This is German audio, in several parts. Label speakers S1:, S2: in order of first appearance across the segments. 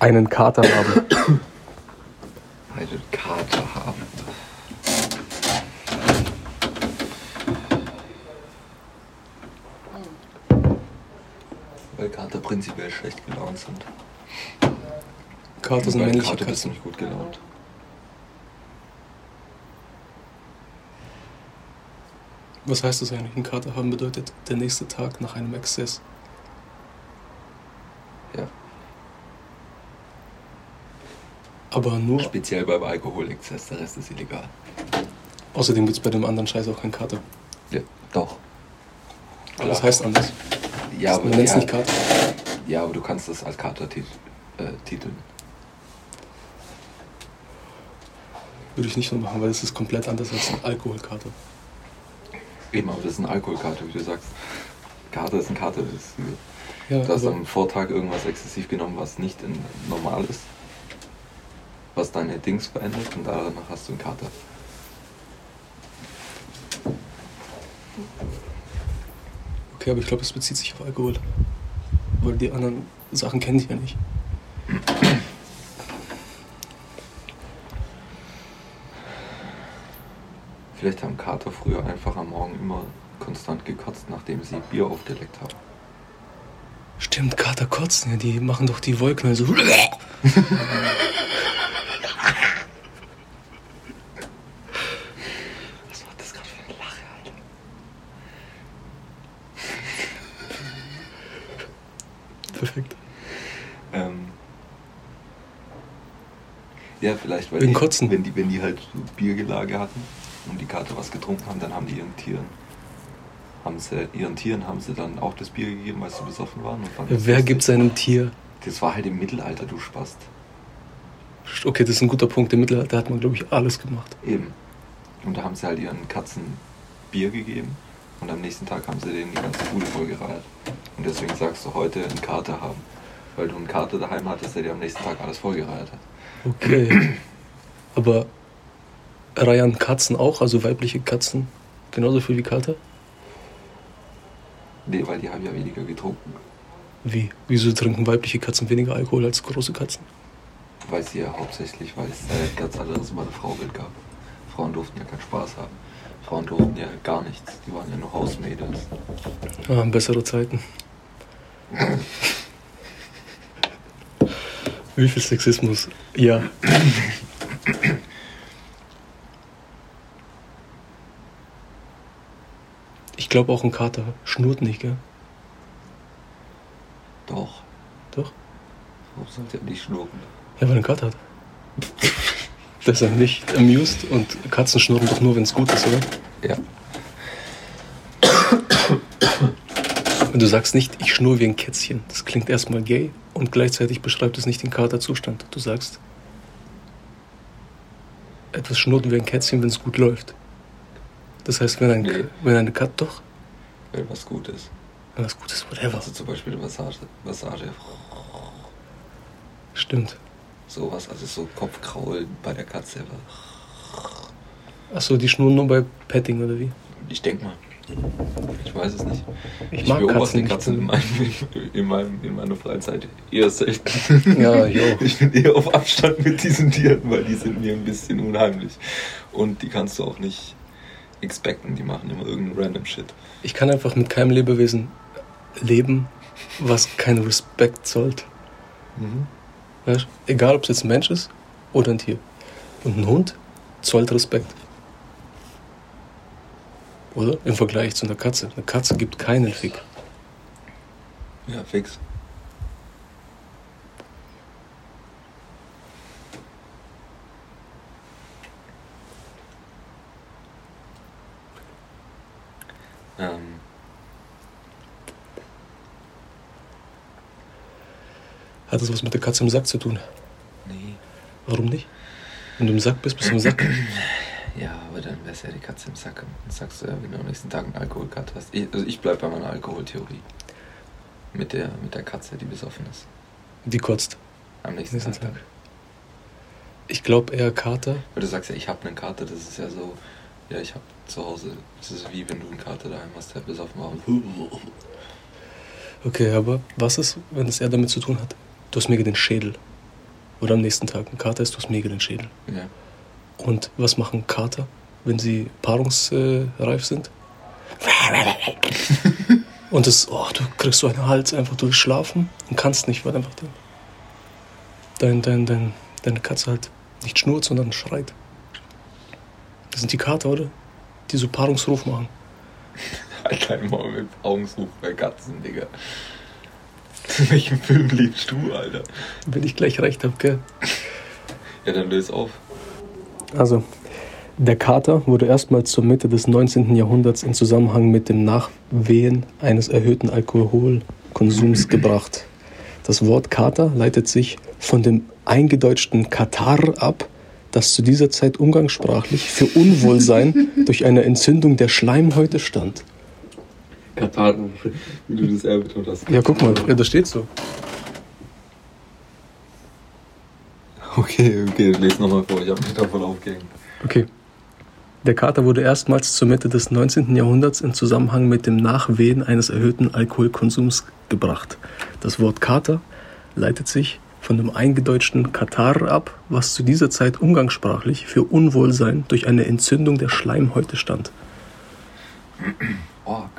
S1: einen Kater haben.
S2: Einen Kater haben. Weil Kater prinzipiell schlecht gelaunt sind.
S1: Kater sind
S2: Weil
S1: männliche
S2: Kater ist
S1: Katzen.
S2: nicht gut gelaunt.
S1: Was heißt das eigentlich? Einen Kater haben bedeutet der nächste Tag nach einem Exzess.
S2: Ja.
S1: Aber nur.
S2: Speziell beim Alkoholexzess, der Rest ist illegal.
S1: Außerdem gibt es bei dem anderen Scheiß auch keinen Kater.
S2: Ja, doch.
S1: Aber Das heißt anders.
S2: ja,
S1: Man
S2: aber,
S1: nennt es
S2: ja,
S1: nicht Kater.
S2: ja, aber du kannst das als Kater tit äh, titeln.
S1: Würde ich nicht so machen, weil das ist komplett anders als ein Alkoholkater.
S2: Eben, aber das ist ein Alkoholkater, wie du sagst. Kater ist ein Kater. Das ist,
S1: Ja,
S2: Du hast
S1: aber,
S2: am Vortag irgendwas exzessiv genommen, was nicht in, normal ist, was deine Dings verändert und danach hast du einen Kater.
S1: okay, aber ich glaube, es bezieht sich auf Alkohol. Weil die anderen Sachen kenne ich ja nicht.
S2: Vielleicht haben Kater früher einfach am Morgen immer konstant gekotzt, nachdem sie Bier aufgeleckt haben.
S1: Stimmt, Kater kotzen, ja, die machen doch die Wolken also.
S2: Was war das gerade für eine Lache, Alter?
S1: Perfekt.
S2: Ähm, ja, vielleicht, weil
S1: Wegen
S2: die,
S1: Kotzen.
S2: Wenn, die, wenn die halt so Biergelage hatten und die Kater was getrunken haben, dann haben die ihren Tieren. Haben sie, ihren Tieren haben sie dann auch das Bier gegeben, weil sie besoffen waren. Und fanden es
S1: Wer
S2: lustig.
S1: gibt seinem Tier?
S2: Das war halt im Mittelalter, du Spast.
S1: Okay, das ist ein guter Punkt. Im Mittelalter hat man, glaube ich, alles gemacht.
S2: Eben. Und da haben sie halt ihren Katzen Bier gegeben und am nächsten Tag haben sie denen die ganze Bude vollgereiht. Und deswegen sagst du heute einen Kater haben. Weil du einen Kater daheim hattest, der dir am nächsten Tag alles vollgereiht hat.
S1: Okay. Aber reihen Katzen auch, also weibliche Katzen, genauso viel wie Kater?
S2: Nee, weil die haben ja weniger getrunken.
S1: Wie? Wieso trinken weibliche Katzen weniger Alkohol als große Katzen?
S2: Weil sie ja hauptsächlich, weil es äh, ganz anderes immer eine Frauenbild gab. Frauen durften ja keinen Spaß haben. Frauen durften ja gar nichts. Die waren ja nur Hausmädels.
S1: Ah, bessere Zeiten. Wie viel Sexismus? Ja. Ich glaube auch ein Kater schnurrt nicht, gell?
S2: Doch.
S1: Doch?
S2: Warum sollte er nicht schnurren?
S1: Ja, weil er einen Kater hat. Das ist er nicht amused und Katzen schnurren doch nur, wenn es gut ist, oder?
S2: Ja.
S1: Und du sagst nicht, ich schnurre wie ein Kätzchen. Das klingt erstmal gay und gleichzeitig beschreibt es nicht den Katerzustand. Du sagst, etwas schnurrt wie ein Kätzchen, wenn es gut läuft. Das heißt, wenn, ein,
S2: Nee.
S1: wenn eine Kat doch,
S2: Wenn was gut ist.
S1: wenn was Gutes, whatever.
S2: Also zum Beispiel eine Massage. Massage.
S1: Stimmt.
S2: Sowas, also so Kopfkraulen bei der Katze. aber
S1: Achso, die schnurren nur bei Petting oder wie?
S2: Ich denke mal. Ich weiß es nicht.
S1: Ich mag Katzen
S2: beobachte
S1: nicht.
S2: Katzen in, meinem, in, meinem, in meiner Freizeit eher selten.
S1: Ja, ich auch.
S2: Ich bin eher auf Abstand mit diesen Tieren, weil die sind mir ein bisschen unheimlich. Und die kannst du auch nicht expecten. Die machen immer irgendeinen random Shit.
S1: Ich kann einfach mit keinem Lebewesen leben, was keinen Respekt zollt. Mhm. Weißt? du? Egal, ob es jetzt ein Mensch ist oder ein Tier. Und ein Hund zollt Respekt. Oder? Im Vergleich zu einer Katze. Eine Katze gibt keinen Fick.
S2: Ja, fix. Ähm.
S1: Hat das was mit der Katze im Sack zu tun?
S2: Nee.
S1: Warum nicht? Wenn du im Sack bist, bist du im Sack.
S2: Ja, aber dann wär's ja die Katze im Sack. Und Dann sagst du ja, wenn du am nächsten Tag einen Alkoholkater hast. Ich, also ich bleib bei meiner Alkoholtheorie. Mit der, mit der Katze, die besoffen ist.
S1: Die kotzt.
S2: Am nächsten,
S1: Nächsten
S2: Tag.
S1: Tag. Ich glaube eher Kater.
S2: Weil du sagst ja, ich hab einen Kater, das ist ja so, ja, ich hab zu Hause. Das ist wie wenn du einen Kater daheim hast, der besoffen war. und-
S1: Okay, aber was ist, wenn es eher damit zu tun hat? Du hast mir den Schädel. Oder am nächsten Tag. Ein Kater ist durchs Schädel.
S2: Ja.
S1: Und was machen Kater, wenn sie paarungsreif sind? Und das, oh, du kriegst so einen Hals einfach durchschlafen und kannst nicht, weil einfach dein, dein, dein, dein, deine Katze halt nicht schnurrt, sondern schreit. Das sind die Kater, oder? Die so Paarungsruf machen.
S2: Halt dein Maul mit Augensuch bei Katzen, Digga. In welchem Film lebst du, Alter?
S1: Wenn ich gleich recht habe, gell?
S2: Ja, dann löse auf.
S1: Also, der Kater wurde erstmals zur Mitte des 19. Jahrhunderts in Zusammenhang mit dem Nachwehen eines erhöhten Alkoholkonsums gebracht. Das Wort Kater leitet sich von dem eingedeutschten Katar ab, das zu dieser Zeit umgangssprachlich für Unwohlsein durch eine Entzündung der Schleimhäute stand.
S2: Katar, wie du das eher betont hast.
S1: Ja, guck mal, ja, da steht so.
S2: Okay, okay, lese nochmal vor. Ich habe mich davon aufgehängt.
S1: Okay. Der Kater wurde erstmals zur Mitte des 19. Jahrhunderts in Zusammenhang mit dem Nachwehen eines erhöhten Alkoholkonsums gebracht. Das Wort Kater leitet sich von dem eingedeutschten Katar ab, was zu dieser Zeit umgangssprachlich für Unwohlsein durch eine Entzündung der Schleimhäute stand.
S2: Org.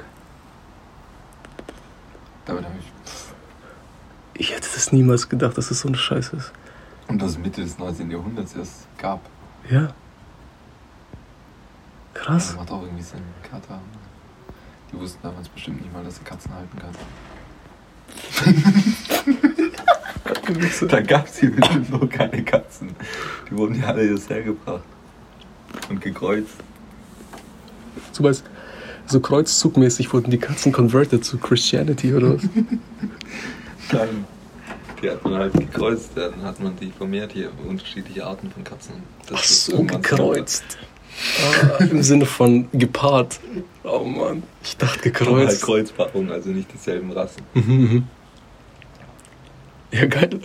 S2: Damit habe ich.
S1: Ich hätte das niemals gedacht, dass das so ein Scheiß ist.
S2: Und das Mitte des 19. Jahrhunderts erst gab.
S1: Ja.
S2: Das
S1: Krass.
S2: macht auch irgendwie Sinn. Kater. Die wussten damals bestimmt nicht mal, dass sie Katzen halten kann. Dann gab es hier bestimmt noch keine Katzen. Die wurden ja alle jetzt hergebracht. Und gekreuzt.
S1: Zum Beispiel, so kreuzzugmäßig wurden die Katzen converted zu Christianity oder was?
S2: Nein. Die hat man halt gekreuzt. Dann hat man die vermehrt hier. Unterschiedliche Arten von Katzen.
S1: Ach
S2: ist
S1: so,
S2: irgendwann
S1: gekreuzt. Ah, Im Sinne von gepaart. Oh Mann, ich dachte
S2: Aber Halt
S1: gekreuzt.
S2: Kreuzpaarung, also nicht dieselben Rassen.
S1: Mhm, mhm. Ja, geil.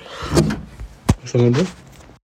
S1: Was haben wir denn?